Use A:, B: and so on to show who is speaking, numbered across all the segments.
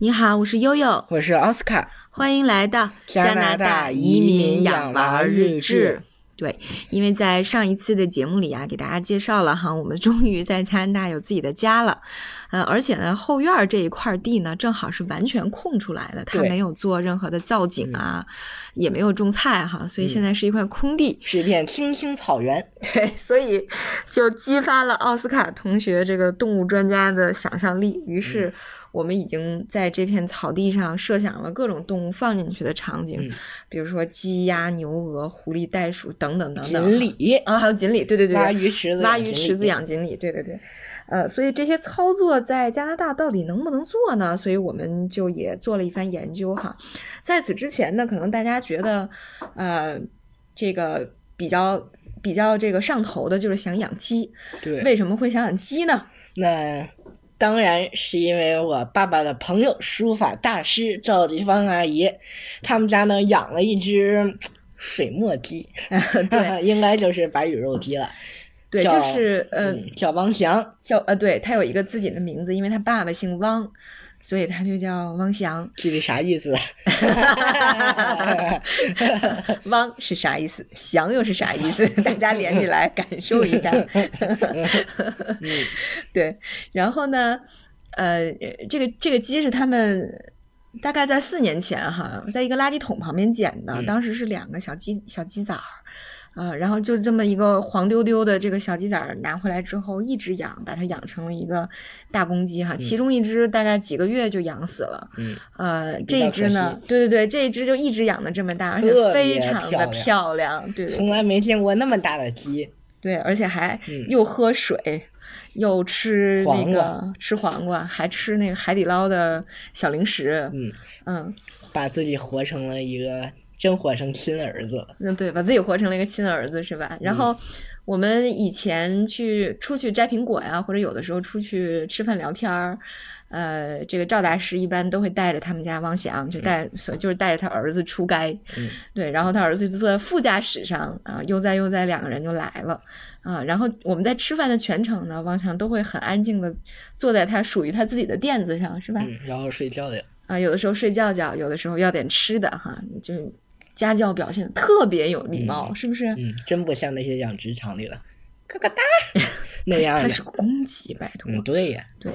A: 你好，我是悠悠，
B: 我是奥斯卡。
A: 欢迎来到拿
B: 加拿大
A: 移
B: 移
A: 民
B: 民
A: 养
B: 养
A: 娃
B: 娃
A: 日志
B: 日志。
A: 对，因为在上一次的节目里啊，给大家介绍了哈，我们终于在加拿大有自己的家了，呃，而且呢，后院儿这一块地呢，正好是完全空出来的，它
B: 对嗯
A: 没有做任何的造景啊，也没有种菜哈，所以现在是一块空地。
B: 是一片青青草原，
A: 对，所以就激发了奥斯卡同学这个动物专家的想象力。
B: 嗯
A: 于是，我们已经在这片草地上设想了各种动物放进去的场景，
B: 嗯
A: 比如说鸡鸭、牛鹅、狐狸、袋鼠等等等等。
B: 锦鲤，
A: 啊，还有锦鲤，对对对，对
B: 挖鱼池子，
A: 挖鱼池子
B: 养
A: 养锦鲤，对对对。呃，所以这些操作在加拿大到底能不能做呢？所以我们就也做了一番研究哈。在此之前呢，可能大家觉得，呃，这个比较比较这个上头的就是想养鸡。
B: 锦鲤。对，
A: 为什么会想养鸡呢？
B: 那当然是因为我爸爸的朋友书法大师赵继芳阿姨，他们家呢养了一只水墨鸡，
A: 啊对
B: 应该就是白羽肉鸡了。
A: 对，
B: 叫
A: 就是呃，
B: 嗯，叫王翔。
A: 叫呃，对他有一个自己的名字，因为他爸爸姓汪，所以他就叫汪翔。
B: 这是啥 意思？
A: 汪是啥意思？翔又是啥意思？ 大家连起来感受一下。
B: 嗯，
A: 对，然后呢，呃，这个这个鸡是他们大概在四年前哈，在一个垃圾桶旁边捡的，
B: 嗯
A: 当时是两个小鸡小鸡崽儿。啊、然后就这么一个黄丢丢的这个小鸡崽儿拿回来之后，一直养，把它养成了一个大公鸡哈。其中一只大概几个月就养死了，
B: 嗯，
A: 呃，这
B: 比较
A: 一只呢
B: 可，
A: 对对对，这一只就一直养的这么大，而且
B: 特
A: 非
B: 别
A: 常的
B: 漂亮
A: 漂亮，对对对
B: 从来没见过那么大的鸡。
A: 对，而且还
B: 嗯
A: 又喝水，又吃那
B: 黄
A: 个
B: 瓜
A: 吃黄瓜，还吃那个海底捞的小零食。
B: 嗯，
A: 嗯，
B: 把自己活成了一个真活成亲儿子了。
A: 那对，把自己活成了一个亲儿子是吧？
B: 嗯
A: 然后我们以前去出去摘苹果呀，或者有的时候出去吃饭聊天儿。呃，这个赵大师一般都会带着他们家汪翔，就带所就是带着他儿子出街，
B: 嗯
A: 对，然后他儿子就坐在副驾驶上啊，悠哉悠哉，两个人就来了啊。然后我们在吃饭的全程呢，王强都会很安静的坐在他属于他自己的垫子上，是吧？
B: 嗯，然后睡觉去。
A: 啊，有的时候睡觉觉，有的时候要点吃的哈，就是家教表现得特别有礼貌，
B: 嗯
A: 是不是？
B: 嗯，真不像那些养殖场里的咯咯哒 那样
A: 他
B: 的
A: 是。公鸡，拜托，
B: 嗯，对呀，
A: 对，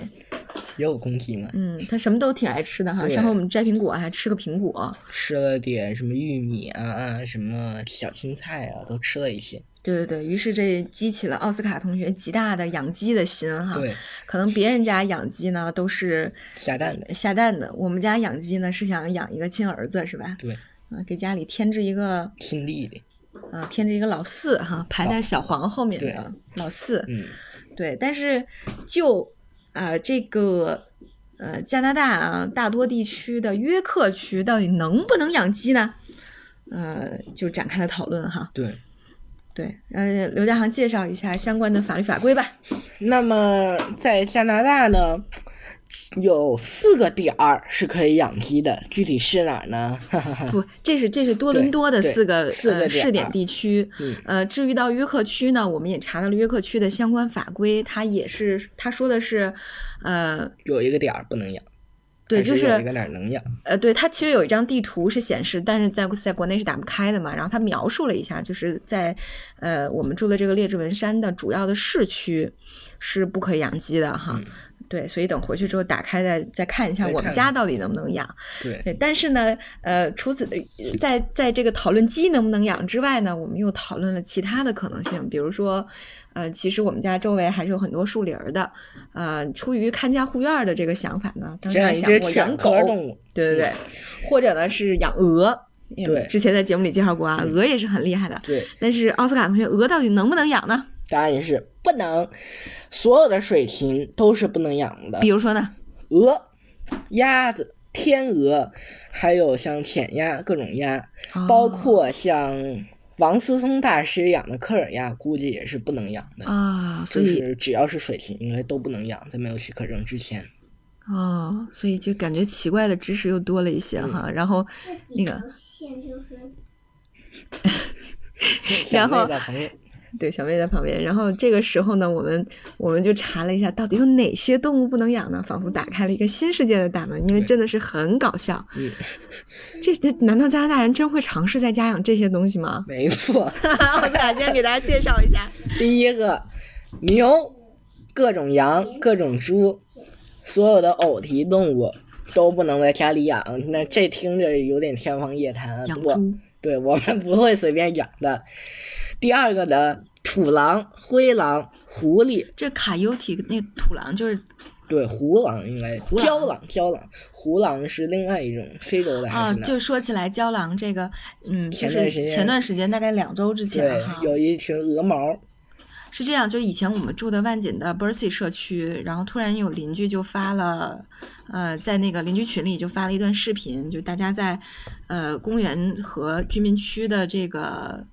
B: 也有公鸡嘛，
A: 嗯，他什么都挺爱吃的哈。
B: 对
A: 上回我们摘苹果还吃个苹果，
B: 吃了点什么玉米啊，什么小青菜啊，都吃了一些。
A: 对对对，于是这激起了奥斯卡同学极大的养鸡的心哈。
B: 对，
A: 可能别人家养鸡呢都是
B: 下蛋的。
A: 下蛋的，我们家养鸡呢是想养一个亲儿子是吧？
B: 对，
A: 啊，给家里添置一个
B: 亲弟弟。
A: 啊，添置一个老四哈，排在小黄后面的
B: 对
A: 老四。
B: 嗯，
A: 对，但是就啊、呃这个呃加拿大啊大多地区的约克区到底能不能养鸡呢？呃，就展开了讨论哈。
B: 对。
A: 对，呃，刘家航介绍一下相关的法律法规吧。
B: 那么在加拿大呢，有四个点儿是可以养鸡的，具体是哪儿呢？ 哈哈哈。
A: 不，这是这是多伦
B: 对
A: 多的
B: 对
A: 四个
B: 四个
A: 呃、
B: 点
A: 试点
B: 儿
A: 地区。
B: 嗯
A: 呃，至于到约克区呢，我们也查到了约克区的相关法规，它也是它说的是，呃，
B: 有一个点儿不能养，
A: 对，
B: 还
A: 就是
B: 有一个点儿能养。
A: 呃，对，它其实有一张地图是显示，但是在在国内是打不开的嘛。然后它描述了一下，就是在呃我们住的这个列治文山的主要的市区是不可以养鸡的哈。
B: 嗯
A: 对，所以等回去之后打开再再看一下
B: 再
A: 我们
B: 看
A: 家
B: 看
A: 到底能不能养。
B: 对，
A: 对，但是呢，呃，除此的在在这个讨论鸡能不能养之外呢，我们又讨论了其他的可能性，比如说，呃，其实我们家周围还是有很多树林儿的，呃，出于看家护院儿的这个想法呢，当时
B: 这
A: 还
B: 样一
A: 想
B: 只
A: 过
B: 犬
A: 养狗
B: 科，动物，
A: 对对对，或者呢是养鹅，也
B: 嗯对嗯
A: 之前在节目里介绍过啊，鹅也是很厉害的，
B: 对，
A: 但是奥斯卡同学，鹅到底能不能养呢？
B: 答案是不能。所有的水禽都是不能养的
A: 比，如说呢，
B: 鹅、鸭子、天鹅，还有像浅鸭、各种鸭，
A: 哦
B: 包括像王思聪大师养的科尔鸭，估计也是不能养的。
A: 啊，所
B: 就
A: 以
B: 是只要是水禽，应该都不能养，在没有许可证之前。
A: 哦，所以就感觉奇怪的知识又多了一些哈。然后那个，
C: 线就是
B: 小
A: 然后
B: 妹的朋友
A: 对，小妹在旁边。然后这个时候呢，我们我们就查了一下，到底有哪些动物不能养呢？仿佛打开了一个新世界的大门，因为真的是很搞笑。
B: 嗯，
A: 这难道加拿大人真会尝试在家养这些东西吗？
B: 没错，
A: 我俩先给大家介绍一 下。
B: 第一个牛，各种羊，各种猪，所有的偶蹄动物都不能在家里养。那这听着有点天方夜谭。
A: 养
B: 我
A: 猪，
B: 对我们不会随便养的。第二个呢，土狼、灰狼、狐狸，
A: 这卡尤提那土狼就是
B: 对，胡狼应该，
A: 狼
B: 郊狼，郊狼，胡狼是另外一种非洲的还
A: 啊，
B: 是哪？
A: 就说起来郊狼这个，嗯，就
B: 前
A: 是
B: 段时间
A: 前段时间大概两周之前
B: 对
A: 哈，，
B: 有一群鹅毛，
A: 是这样，就是以前我们住的万锦的 Bercy 社区，然后突然有邻居就发了，呃，在那个邻居群里就发了一段视频，就大家在，呃，公园和居民区的这个。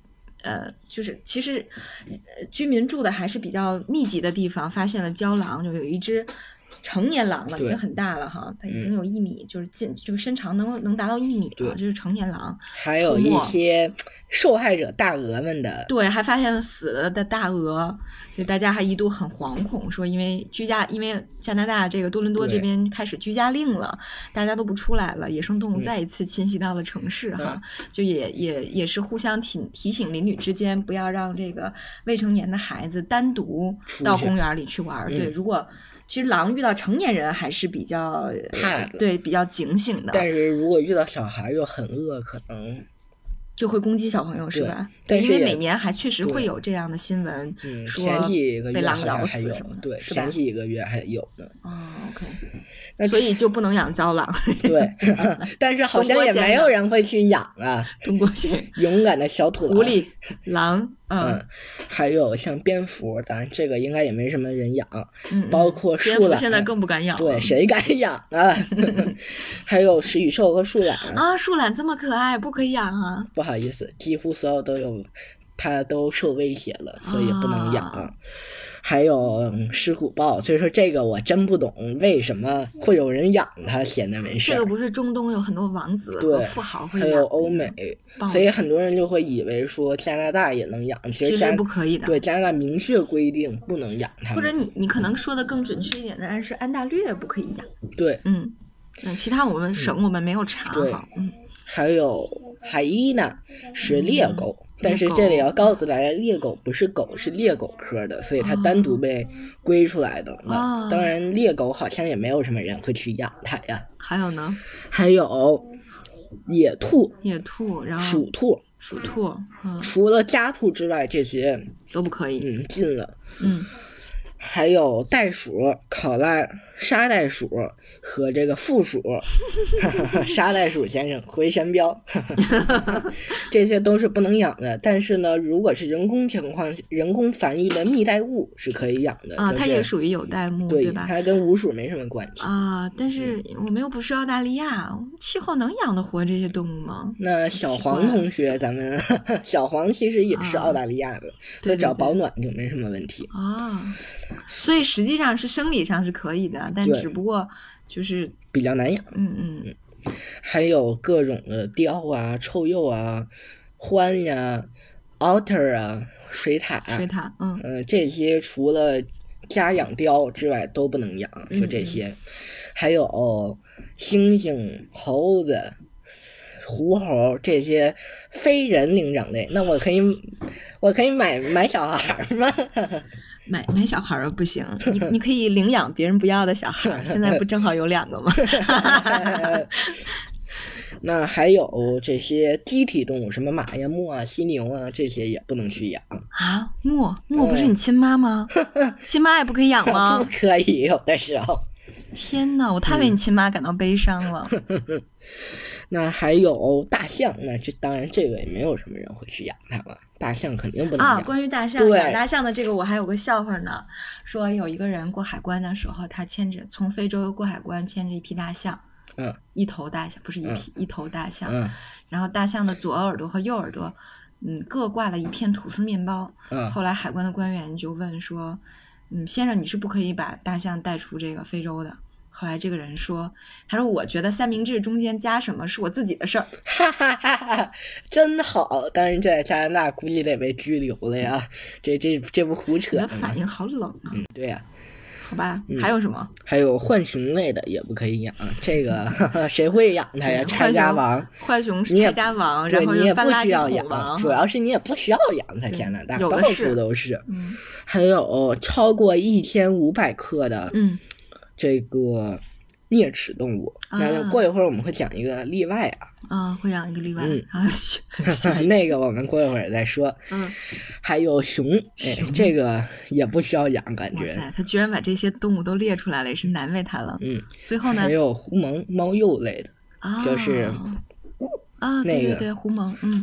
A: 呃，就是其实，呃居民住的还是比较密集的地方，发现了郊狼，就有一只成年狼了，已
B: 对
A: 经很大了哈，它已
B: 嗯
A: 经有一米，就是近这个身长能能达到一米
B: 对
A: 啊，就是成年狼。
B: 还有
A: 出
B: 一
A: 没
B: 些受害者大鹅们的，
A: 对，还发现了死了的大鹅，就大家还一度很惶恐，说因为居家，因为加拿大这个多伦多这
B: 对
A: 边开始居家令了，大家都不出来了，野生动物
B: 嗯
A: 再一次侵袭到了城市哈，就也也也是互相提提醒邻里之间不要让这个未成年的孩子单独
B: 出
A: 到
B: 去
A: 公园里去玩儿。对，
B: 嗯
A: 如果其实狼遇到成年人还是比较
B: 怕的
A: 对，比较警醒的，
B: 但是如果遇到小孩又很饿，可能
A: 就会攻击小朋友是
B: 对
A: 吧？
B: 但
A: 因
B: 是
A: 为
B: 也
A: 每年还确实会
B: 对
A: 有这样的新闻，
B: 嗯，
A: 说
B: 前几个
A: 被
B: 月
A: 狼
B: 好
A: 咬
B: 像还
A: 死
B: 有
A: 什么，的
B: 对，
A: 是吧
B: 前几个月还有呢。
A: 哦，OK，
B: 啊 那
A: 所以就不能养 郊狼，
B: 对， 但是好像也没有人会去养啊。
A: 中国型
B: 勇敢的小土狼
A: 狐狸、狼，
B: 嗯
A: 嗯，
B: 还有像蝙蝠，当然这个应该也没什么人养。
A: 嗯，
B: 包括
A: 蝙
B: 树
A: 蝠
B: 懒
A: 现在更不敢养了
B: 对，谁敢养啊？ 还有食蚁兽和树懒，
A: 啊，树懒这么可爱，不可以养啊，
B: 不好意思，几乎所有都有，它都受威胁了，所以不能养。
A: 啊
B: 还有嗯狮虎豹，所以说这个我真不懂为什么会有人养它，闲着没事
A: 这
B: 儿
A: 个。不是中东有很多王子和
B: 对
A: 富豪会
B: 还
A: 养的
B: 有
A: 吗
B: 欧美，
A: 豹
B: 所以
A: 子
B: 很多人就会以为说加拿大也能养，其
A: 其
B: 实加
A: 实不可以的，
B: 对加拿大明确规定不能养它
A: 或者
B: 们。
A: 你你可能说的更准确一点的是安大略不可以养，
B: 对，
A: 嗯嗯，其他我们省我们没有查
B: 对
A: 哈，嗯，
B: 还有海伊娜是猎狗，但是
A: 猎狗
B: 这里要告诉大家，猎狗不是狗，是猎狗科的，所以它单独被归出来的。
A: 哦
B: 那当然，猎狗好像也没有什么人会去养它呀。
A: 还有呢，
B: 还有野兔、
A: 野兔，然后
B: 鼠兔，
A: 鼠兔，嗯，
B: 除了家兔之外，这些
A: 都不可以，
B: 嗯禁了。
A: 嗯，
B: 还有袋鼠、考拉、沙袋鼠和这个负 鼠， 沙袋鼠先生、回旋镖， 这些都是不能养的。但是呢，如果是人工情况、人工繁育的蜜袋鼯是可以养的
A: 啊，
B: 就是
A: 它也属于有代目，
B: 对，
A: 吧？
B: 它跟鼯鼠没什么关系。
A: 啊，但是我们又不是澳大利亚，我们气候能养得活这些动物吗？
B: 那小黄同学，咱 们小黄其实也是
A: 啊
B: 澳大利亚的，所
A: 对
B: 以只要
A: 对对
B: 保暖就没什么问题。
A: 啊，所以实际上是生理上是可以的，但
B: 对
A: 只不过就是，
B: 比较难养。
A: 嗯嗯，
B: 还有各种的貂啊、臭鼬啊、獾呀、otter 啊、水獭、
A: 水獭，嗯
B: 呃，这些除了家养貂之外都不能养，
A: 嗯
B: 就这些。还有猩猩、猴子、狐猴这些非人灵长类，那我可以，我可以买买小孩儿吗？
A: 买买小孩儿啊不行，你你可以领养别人不要的小孩儿，现在不正好有两个吗？
B: 那还有这些机体动物，什么马呀、木啊、犀牛啊，这些也不能去养。
A: 啊，莫莫不是
B: 对
A: 你亲妈吗？亲妈也不可以养
B: 不
A: 吗？
B: 可以，有的时候。
A: 天呐，我太为你亲妈感到悲伤了。
B: 那还有大象，那这当然这个也没有什么人会去养它了，大象肯定不能
A: 啊，
B: 养。
A: 关于大象
B: 对
A: 养大象的这个，我还有个笑话呢，说有一个人过海关的时候，他牵着从非洲过海关牵着一匹大象，
B: 嗯
A: 一头大象不是一匹、一头大象，
B: 嗯
A: 然后大象的左耳朵和右耳朵，嗯，各挂了一片吐司面包。
B: 嗯，
A: 后来海关的官员就问说，嗯，先生，你是不可以把大象带出这个非洲的。后来这个人说，他说我觉得三明治中间加什么是我自己的事儿。
B: 哈哈哈哈，真好！但是这在加拿大估计得被拘留了 呀，这这这不胡扯
A: 你的
B: 呢
A: 反应好冷啊，
B: 嗯，对呀、
A: 好吧？
B: 嗯
A: 还有什么？
B: 还有浣熊类的也不可以养，啊这个 谁会养它呀？
A: 对
B: 拆家王，
A: 浣熊是
B: 你也
A: 拆家王，
B: 对
A: 然后
B: 你
A: 又
B: 也
A: 是
B: 不
A: 翻垃
B: 需要
A: 圾桶
B: 养，
A: 王，嗯
B: 主要是你也不需要养它。加拿大
A: 有
B: 到
A: 的
B: 处
A: 是
B: 都是，
A: 嗯
B: 还有超过一千五百克的
A: 嗯
B: 这个啮齿动物。
A: 啊
B: 那过一会儿我们会讲一个例外 啊，
A: 啊，会养一个例外
B: 嗯
A: 啊，选选一个
B: 那个我们过一会儿再说。
A: 嗯，
B: 还有熊，哎，这个也不需要养，感
A: 哇
B: 觉。
A: 塞，他居然把这些动物都列出来了，也是难为他了。
B: 嗯，
A: 最后呢
B: 还，有狐獴、猫鼬类的。
A: 啊，
B: 就是
A: 啊，对
B: 那
A: 对
B: 个
A: 对，狐獴，嗯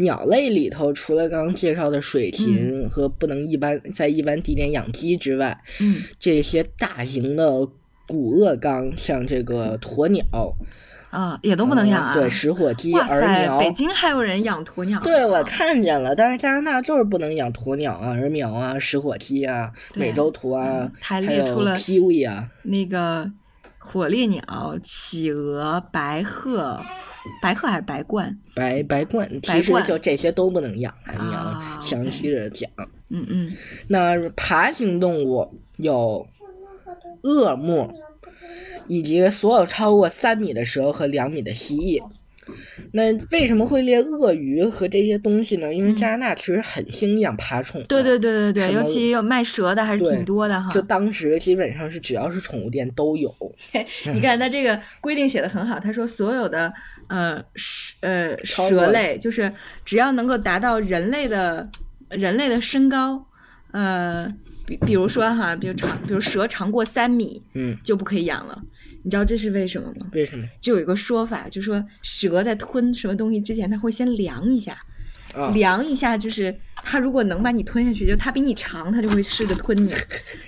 B: 鸟类里头，除了刚刚介绍的水禽和不能一般在一般地点养鸡之外，
A: 嗯
B: 这些大型的骨鳄纲，像这个鸵鸟
A: 啊，也都不能养啊。
B: 呃对，食火鸡、
A: 哇
B: 儿
A: 塞，
B: 苗，
A: 北京还有人养鸵鸟呢。
B: 对我看见了，但是加拿大就是不能养鸵鸟啊、儿苗啊、食火鸡啊、
A: 对
B: 美洲驼啊
A: 嗯，还
B: 还
A: 列
B: 有
A: 出了
B: kiwi 啊，
A: 那个火烈鸟、企鹅、白鹤、白鹤还是白鹳？
B: 白白鹳，
A: 白
B: 其实
A: 鹳
B: 就这些都不能养啊，你
A: 啊
B: 要详细的讲。
A: 嗯嗯，
B: 那爬行动物有鳄目，以及所有超过三米的蛇和两米的蜥蜴。那为什么会列鳄鱼和这些东西呢？因为
A: 嗯
B: 加拿大其实很兴养爬宠物，
A: 对对对对对，
B: 什么
A: 尤其有卖蛇的还是
B: 对
A: 挺多的哈。
B: 就当时基本上是只要是宠物店都有。
A: 你看他这个规定写的很好，他说所有的呃蛇呃
B: 超过
A: 蛇类，就是只要能够达到人类的人类的身高，呃，比比如说哈，比如长，比如蛇长过三米
B: 嗯，
A: 就不可以养了。你知道这是为什么吗？
B: 为什么？
A: 就有一个说法，就说蛇在吞什么东西之前，它会先量一下，
B: 啊，
A: 量一下，就是它如果能把你吞下去，就它比你长，它就会试着吞 你；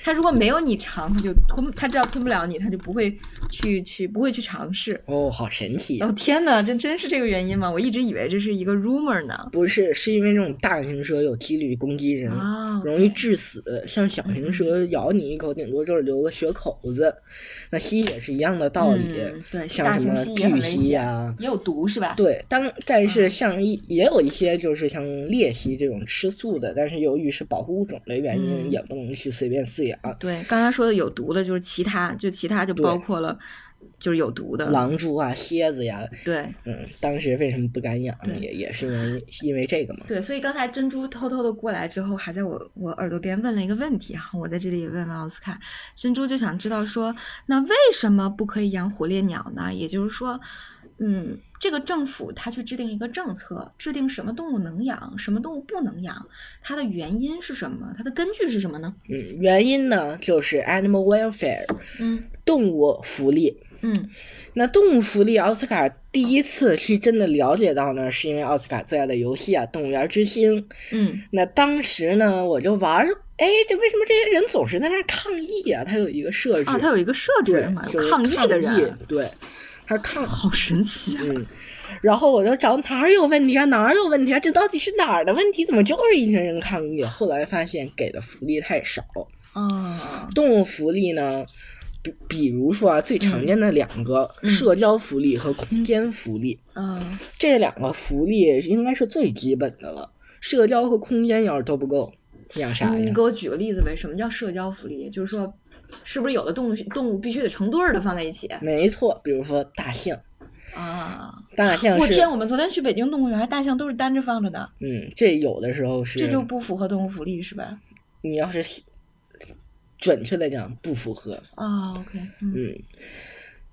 A: 它如果没有你长，它就吞，它知道吞不了你，它就不会去去不会去尝试。
B: 哦，好神奇呀、
A: 哦天哪，这真是这个原因吗？我一直以为这是一个 rumor 呢。
B: 不是，是因为这种大型蛇有几率攻击人，
A: 哦，
B: 容易致死。像小型蛇
A: 嗯
B: 咬你一口，顶多就是留个血口子。那蜥蜴也是一样的道理，
A: 嗯对，大
B: 像什
A: 型
B: 么
A: 蜥蜴也很危
B: 巨蜥
A: 险，
B: 呀、
A: 也有毒是吧？
B: 对，当但是
A: 嗯
B: 像一、也有一些就是像鬣蜥这种吃素的，但是由于是保护物种的原因，
A: 嗯
B: 也不能去随便饲养。
A: 对，刚才说的有毒的，就是其他，就其他就
B: 对
A: 包括了，就是有毒的。
B: 狼蛛啊、蝎子呀，
A: 对
B: 嗯，当时为什么不敢养，
A: 对
B: 也也是因为因为这个嘛。
A: 对，所以刚才珍珠偷偷的过来之后，还在我我耳朵边问了一个问题哈，我在这里也问问奥斯卡，珍珠就想知道说，那为什么不可以养火烈鸟呢？也就是说，嗯，这个政府它去制定一个政策，制定什么动物能养，什么动物不能养，它的原因是什么？它的根据是什么呢？
B: 嗯，原因呢就是 animal welfare，
A: 嗯
B: 动物福利。
A: 嗯
B: 那动物福利，奥斯卡第一次去真的了解到呢，是因为奥斯卡最爱的游戏啊，《动物园之星》。
A: 嗯
B: 那当时呢，我就玩儿，哎，这为什么这些人总是在那儿抗议啊？它有一个设置，
A: 啊，它有一个设置
B: 对
A: 嘛，有
B: 就是
A: 抗
B: 议
A: 议的人，，
B: 对，他抗，
A: 好神奇啊！
B: 嗯。然后我就找哪儿有问题啊，哪儿有问题啊？这到底是哪儿的问题？怎么就是一群人抗议？后来发现给的福利太少，嗯
A: 啊
B: 动物福利呢，比比如说啊，最常见的两个、
A: 嗯
B: 社交福利和空间福利，
A: 啊
B: 这两个福利应该是最基本的了。社交和空间要是都不够，养啥
A: 嗯你
B: 呀
A: 给？我举个例子呗，什么叫社交福利？就是说，是不是有的动物动物必须得成对儿的放在一起
B: 没错，比如说大象，
A: 啊？
B: 大象
A: 我
B: 嗯是
A: 天，我们昨天去北京动物园，大象都是单着放着的，
B: 嗯，这有的时候是
A: 这就不符合动物福利是吧？
B: 你要是喜准确的讲不符合，
A: 啊，OK，嗯
B: 嗯。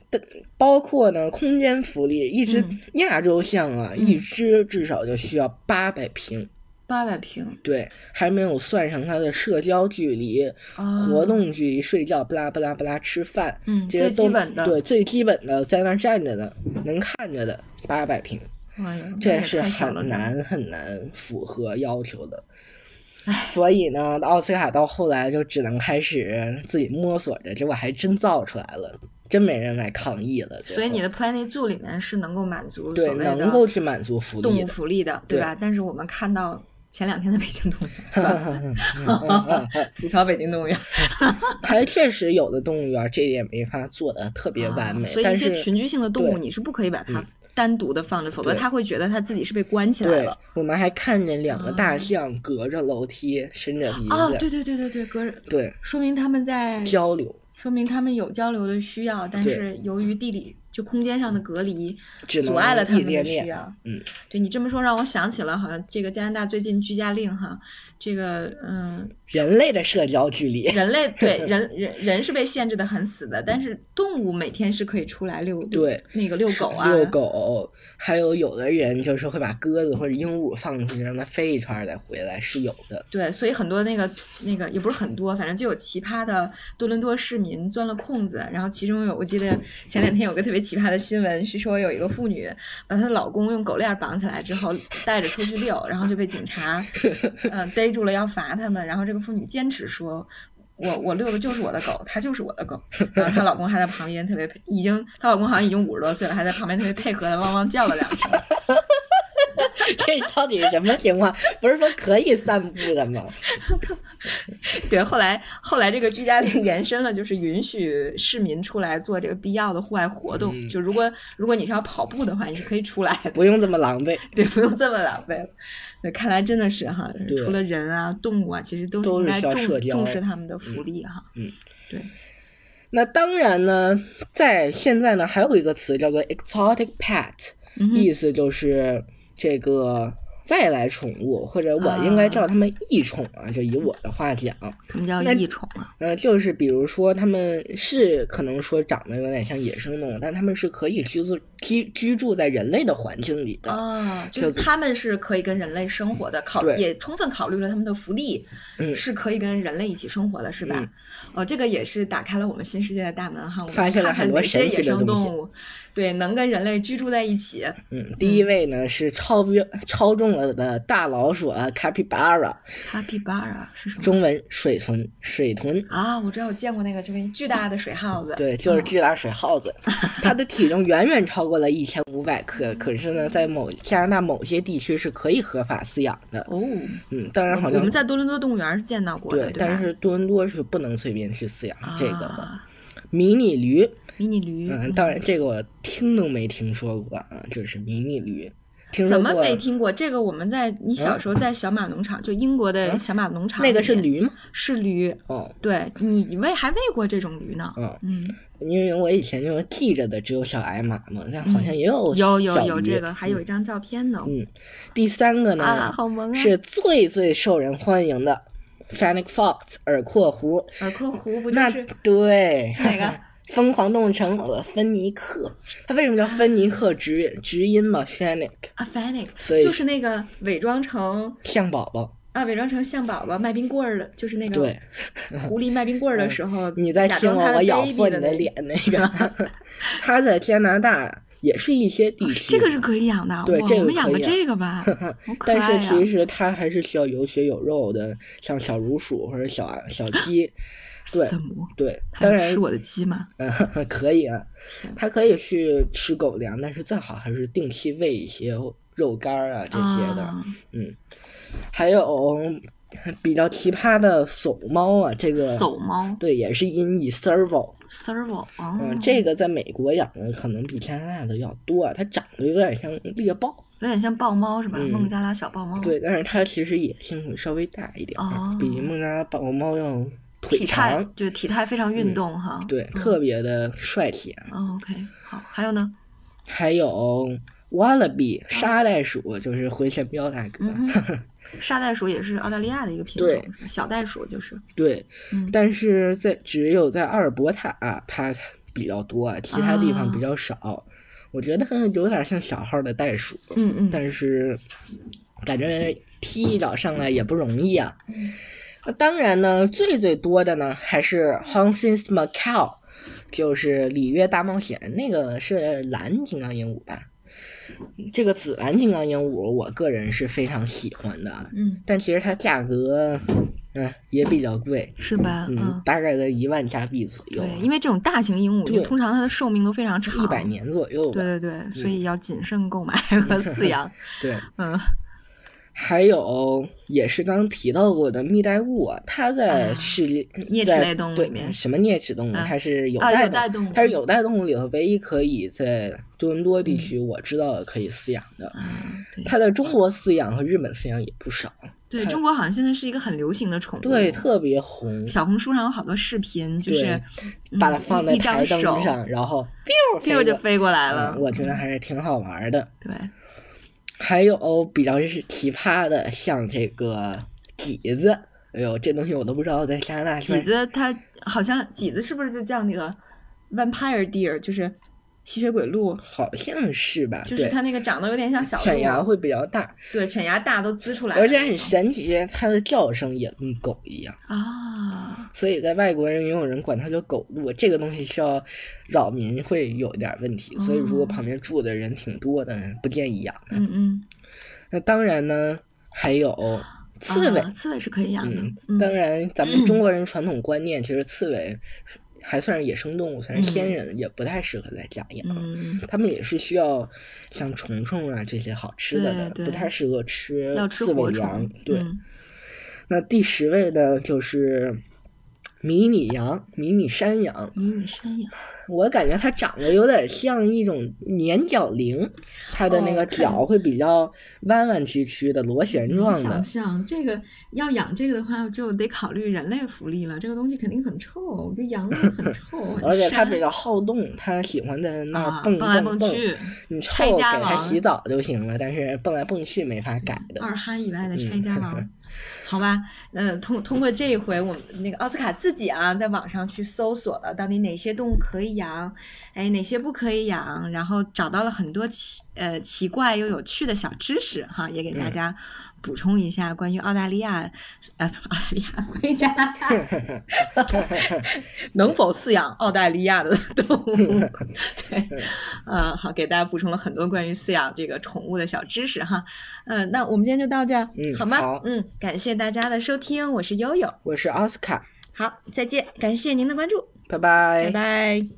B: 但包括呢，空间福利，一只
A: 嗯
B: 亚洲象啊，
A: 嗯
B: 一只至少就需要八百平，
A: 八百平
B: 对，还没有算上它的社交距离、
A: 啊，
B: 活动距离、睡觉、不拉不拉不拉、吃饭，
A: 嗯
B: 这些
A: 最
B: 都
A: 基本的
B: 对最基本的，在那儿站着的，能看着的，八百平，
A: 哎呀，那
B: 这
A: 也
B: 是
A: 太小了
B: 很。难很难符合要求的
A: 唉。
B: 所以呢，奥斯卡到后来就只能开始自己摸索着，结果还真造出来了，真没人来抗议了。最
A: 所以你
B: 后
A: 的 Planet Zoo 里面是能够满足所
B: 对
A: 谓的
B: 能够去满足福
A: 动
B: 利
A: 物
B: 的，
A: 福利的，对吧？但是我们看到前两天的北京动物 园，算了 吐槽北京动物园，
B: 还确实有的动物园这一点没法做的特别完美，
A: 啊所以一
B: 但
A: 些
B: 是
A: 群居性的动物
B: 对
A: 你是不可以把它
B: 嗯
A: 单独的放着，否则
B: 对
A: 它会觉得它自己是被关起来
B: 对
A: 了。，
B: 我们还看见两个
A: 啊
B: 大象隔着楼梯伸着鼻
A: 哦，
B: 子，
A: 对对对对对，隔着
B: 对，
A: 说明他们在
B: 交流，
A: 说明他们有交流的需要，但
B: 对
A: 是由于地理就空间上的隔离，
B: 只能
A: 阻碍了他
B: 一
A: 们
B: 点
A: 的需
B: 点。
A: 要。
B: 嗯，
A: 对你这么说让我想起了，好像这个加拿大最近居家令哈，这个嗯，
B: 人类的社交距离，
A: 人类对人人人是被限制的很死的，但是动物每天是可以出来遛，遛
B: 对
A: 那个遛狗啊，
B: 遛狗，还有有的人就是会把鸽子或者鹦鹉放出去，让它飞一圈儿再回来，是有的。
A: 对，所以很多那个那个也不是很多，反正就有奇葩的多伦多市民钻了空子。然后其中有，我记得前两天有个特别奇葩的新闻，是说有一个妇女把她的老公用狗链绑起来之后带着出去遛，然后就被警察嗯、呃逮住了，要罚他们。然后这个妇女坚持说。我我遛的就是我的狗，它就是我的狗。然后她老公还在旁边特别配，已经她老公好像已经五十多岁了，还在旁边特别配合的汪汪叫了两声。
B: 这到底什么情况？不是说可以散步的吗？
A: 对，后来后来这个居家令延伸了，就是允许市民出来做这个必要的户外活动。
B: 嗯
A: 就如果如果你是要跑步的话，你是可以出来的，
B: 不用这么狼狈，
A: 对，不用这么狼狈了。对，看来真的是哈，
B: 对
A: 除了人啊、动物啊，其实都
B: 都
A: 应该
B: 是需要社
A: 重
B: 交
A: 重视他们的福利哈。
B: 嗯，
A: 对，
B: 那当然呢，在现在呢，还有一个词叫做 exotic pet，、
A: 嗯哼
B: 意思就是这个外来宠物，或者我应该叫它们异宠啊。就以我的话讲，
A: 什么叫
B: 那
A: 异宠啊？
B: 呃，就是比如说它们是可能说长得有点像野生动物，但它们是可以居住居居住在人类的环境里的。
A: 啊，就
B: 就是是
A: 他们是可以跟人类生活的，考
B: 对
A: 也充分考虑了他们的福利，
B: 嗯
A: 是可以跟人类一起生活的，是吧？
B: 嗯
A: 哦，这个也是打开了我们新世界的大门哈，我们
B: 发现了
A: 看看
B: 很多
A: 哪些
B: 神奇
A: 野
B: 的
A: 生
B: 东西
A: 动物，对，能跟人类居住在一起。
B: 嗯，第一位呢是超标超重了的大老鼠啊，capybara，
A: Happy Bar 啊，是什么？
B: 中文水豚，水豚
A: 啊，我知道，我见过那个这个巨大的嗯水耗子，
B: 对，就是巨大水 耗子，它的体重远远超过了一千五百克。可是呢，在某加拿大某些地区是可以合法饲养的。
A: 哦，
B: 嗯，当然好
A: 我我
B: 像
A: 们在多伦多动物园是见到过的，
B: 对，
A: 对吧
B: 但是多伦多是不能随便去饲养这个的。
A: 啊
B: 迷你驴，
A: 迷你驴，
B: 嗯，当然这个我听都没听说过啊，就是迷你驴，听说
A: 怎
B: 过
A: 么没听过？这个我们在你小时候在小马农场，就英国的
B: 嗯
A: 小马农场里面，
B: 那个是驴吗？
A: 是驴，
B: 哦，
A: 对你你喂还喂过这种驴呢？
B: 嗯，
A: 嗯，
B: 因为我以前就记着的只有小矮马嘛，但好像也有
A: 嗯有有
B: 小
A: 有
B: 驴
A: 这个，还有
B: 嗯
A: 一张照片呢。
B: 嗯，第三个呢、
A: 啊好萌啊
B: 是最最受人欢迎的 Fennec Fox 耳廓狐，
A: 耳廓狐呃不就
B: 那
A: 是
B: 对
A: 哪个？ 啊
B: 疯狂动物城呃芬尼克，它为什么叫芬尼克直直音嘛？Fennec
A: a f a n i c
B: 所以
A: 就是那个伪装成
B: 象宝宝，
A: 啊，伪装成象宝宝卖冰棍儿的，就是那个
B: 对，嗯
A: 狐狸卖冰棍儿的时候，
B: 你
A: 嗯
B: 在
A: 假
B: 听
A: 装
B: 我，
A: 它
B: 我
A: 的
B: 咬
A: baby
B: 破你
A: 的那个
B: 脸。那个。 它在加拿大也是一些地区，
A: 这个是可以养的，
B: 嗯对
A: 哇
B: 这个
A: 我们养
B: 可
A: 个
B: 以养
A: 这个 吧，好可爱啊
B: 但是其
A: 呀！
B: 实它还是需要有血有肉的，像小乳鼠或者小啊小 鸡，对
A: 怎么？
B: 对，
A: 它
B: 当
A: 能
B: 然
A: 吃我的鸡吗？
B: 嗯， 可以啊，
A: 嗯
B: 它可以去吃狗粮，但是最好还是定期喂一些肉干儿啊这些的。
A: 啊
B: 嗯，还有比较奇葩的叟猫啊，这个
A: 叟猫
B: 对也是音译 servo，
A: servo 哦，
B: 嗯，这个在美国养的可能比加拿大的要多啊，它长得有点像猎豹，
A: 有点像豹猫是吧？
B: 嗯
A: 孟加拉小豹猫，
B: 对，但是它其实野性会稍微大一点啊，
A: 哦
B: 比孟加拉豹猫要腿
A: 体态
B: 长，
A: 就体态非常运
B: 嗯
A: 动哈，
B: 对，
A: 嗯
B: 特别的帅气啊。
A: 哦 OK 好，还有呢？
B: 还有 wallaby 沙袋鼠，就是回旋镖大哥。
A: 嗯哼，沙袋鼠也是澳大利亚的一个品种，
B: 对
A: 是吧小袋鼠就是，
B: 对，
A: 嗯，
B: 但是在只有在阿尔伯塔、它比较多，其他地
A: 啊
B: 方比较少。我觉得它有点像小号的袋鼠，
A: 嗯嗯，
B: 但是感觉踢一脚上来也不容易啊。那当然呢，最最多的呢还是 Hanson's Macau，就是里约大冒险，那个是蓝金刚鹦鹉吧？这个紫蓝金刚鹦鹉，我个人是非常喜欢的，啊
A: 嗯，
B: 但其实它价格，嗯、也比较贵，
A: 是吧？
B: 嗯，大概在一万加币左右，
A: 对，因为这种大型鹦鹉，就
B: 对
A: 通常它的寿命都非常长，
B: 一百。年嗯左右吧。
A: 对对对，所以要谨慎购买和饲养。
B: 对，
A: 嗯，
B: 还有也是刚提到过的蜜袋鼯啊，它在
A: 啊
B: 是里、嗯
A: 啮齿
B: 在
A: 类动物
B: 对
A: 里面
B: 什么啮齿动物？
A: 啊
B: 它是有
A: 啊有
B: 袋
A: 袋动物
B: 它是有袋动物里头唯一可以在多伦多地区我知道的可以饲养的。
A: 嗯，对
B: 它在中国饲养和日本饲养也不少，
A: 对中国好像现在是一个很流行的宠物，
B: 对，特别红。
A: 嗯小红书上有好多视频，就
B: 对
A: 是
B: 把它
A: 嗯
B: 放
A: 一
B: 在
A: 一张
B: 台灯
A: 手
B: 上，然后
A: biu 就
B: 过
A: 飞过来了
B: 嗯，我觉得还是挺好玩的。
A: 对，
B: 还有比较是奇葩的，像这个杞子，哎呦，这东西我都不知道在加拿大是
A: 几子它好像几子是不是就叫那个 vampire deer，就是吸血鬼鹿，
B: 好像是吧？
A: 就是
B: 啊对，
A: 它那个长得有点像小
B: 犬牙
A: 鹿，
B: 会比较大，
A: 对，犬牙大都呲出来了
B: 而
A: 那种，
B: 且很神奇，它的叫声也跟狗一样，
A: 啊，
B: 所以在外国人也有人管它叫狗鹿。这个东西是要扰民会有一点问题，所以如果
A: 哦
B: 旁边住的人挺多的，不建议养的。
A: 嗯嗯，
B: 那当然呢，还有刺猬
A: 啊，刺猬是可以养的
B: 嗯，，
A: 嗯
B: 当然，咱们中国人传统观念，其实刺猬还算是野生动物，算是天人，也不太适合在家养。
A: 嗯，
B: 它们也是需要像虫虫啊这些好吃的的，
A: 对对
B: 不太适合吃
A: 要吃
B: 刺
A: 活
B: 猬羊
A: 虫。，
B: 对，
A: 嗯
B: 那第十位呢，就是迷你羊、迷你山羊。
A: 迷你山羊，
B: 我感觉它长得有点像一种粘脚铃，它的那
A: 哦
B: 个
A: 看嗯
B: 脚会比较弯弯曲曲的、螺旋状的，
A: 想。象这个要养这个的话，就得考虑人类福利了。这个东西肯定很臭，我觉得羊很臭
B: 而且
A: 它
B: 它比较好动，它喜欢在那
A: 啊
B: 儿蹦
A: 蹦来
B: 蹦
A: 去，
B: 你臭
A: 拆
B: 给
A: 家
B: 它
A: 王
B: 洗澡就行了，但是蹦来蹦去没法改的。
A: 二哈以外的拆
B: 嗯
A: 家王。 好吧，呃，通通过这一回，我们那个奥斯卡自己啊，在网上去搜索了到底哪些动物可以养，哎，哪些不可以养，然后找到了很多奇呃奇怪又有趣的小知识哈，也给大
B: 嗯
A: 家补充一下关于澳大利亚，呃，不澳大利亚，关于 加拿大 能否饲养澳大利亚的动物？ 对，呃，好，给大家补充了很多关于饲养这个宠物的小知识哈。嗯、那我们今天就到这儿，
B: 嗯
A: 好吗？
B: 好
A: 嗯，感谢大家的收听，我是悠悠，
B: 我是奥斯卡，
A: 好，再见，感谢您的关注，
B: 拜拜
A: 拜拜